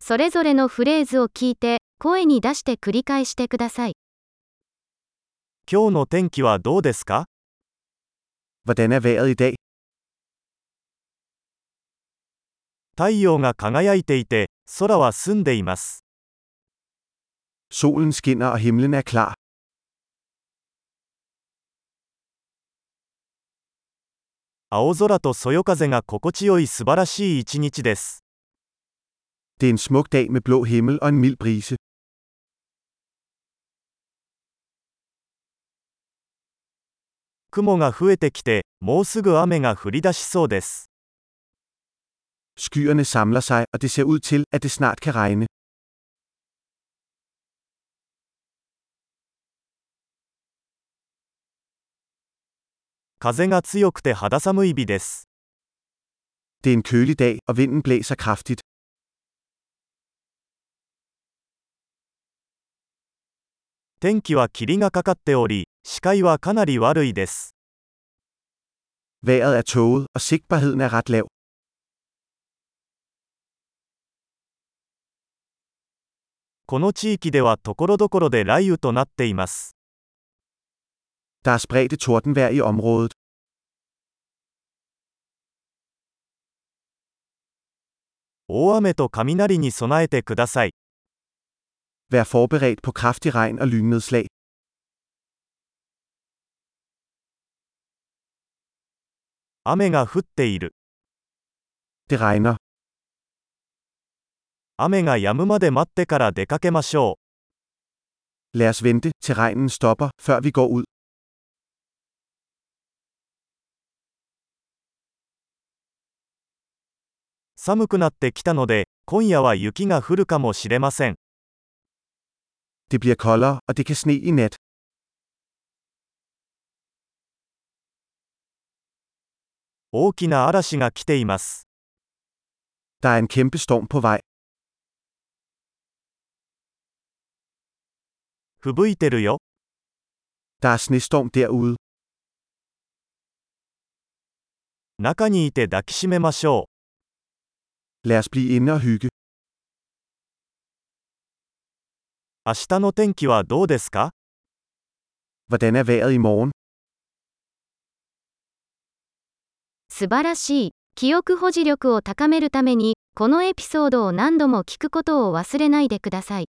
それぞれのフレーズを聞いて、声に出して繰り返してください。今日の天気はどうですか Hvordan er vejret i dag? 太陽が輝いていて、空は澄んでいます。 Solen skinner og himlen er klar. 青空とそよ風が心地よい素晴らしい一日です。 Det er en smuk dag med blå himmel og en mild brise. 雲が増えてきて、もうすぐ雨が降り出しそうです。 Skyerne samler sig, og det ser ud til, at det snart kan regne. 風が強くて肌寒い日です。 Det er en kølig dag, og vinden blæser kraftigt. 天気は霧がかかっており、視界はかなり悪いです。 Vejret er tåget, og sigtbarheden er ret lav. この地域ではところどころで雷雨となっています。 Der er spredte tordenvejr i området. 大雨と雷に備えてください。 Vær forberedt på kraftig regn og lynnedslag. 雨が降っている。 Det regner. 雨が止むまで待ってから出かけましょう。 Lad os vente, til regnen stopper, før vi går ud. 寒くなってきたので、今夜は雪が降るかもしれません。 Det bliver koldere, og det kan sne i nat. 大きな嵐が来ています。 Der er en kæmpe storm på vej. 吹雪いてるよ。 Der er snestorm derude. 中にいて抱きしめましょう。 Lad os blive inde og hygge. 明日の天気はどうですか Hvordan er vejret i morgen? 素晴らしい。記憶保持力を高めるために、このエピソードを何度も聞くことを忘れないでください。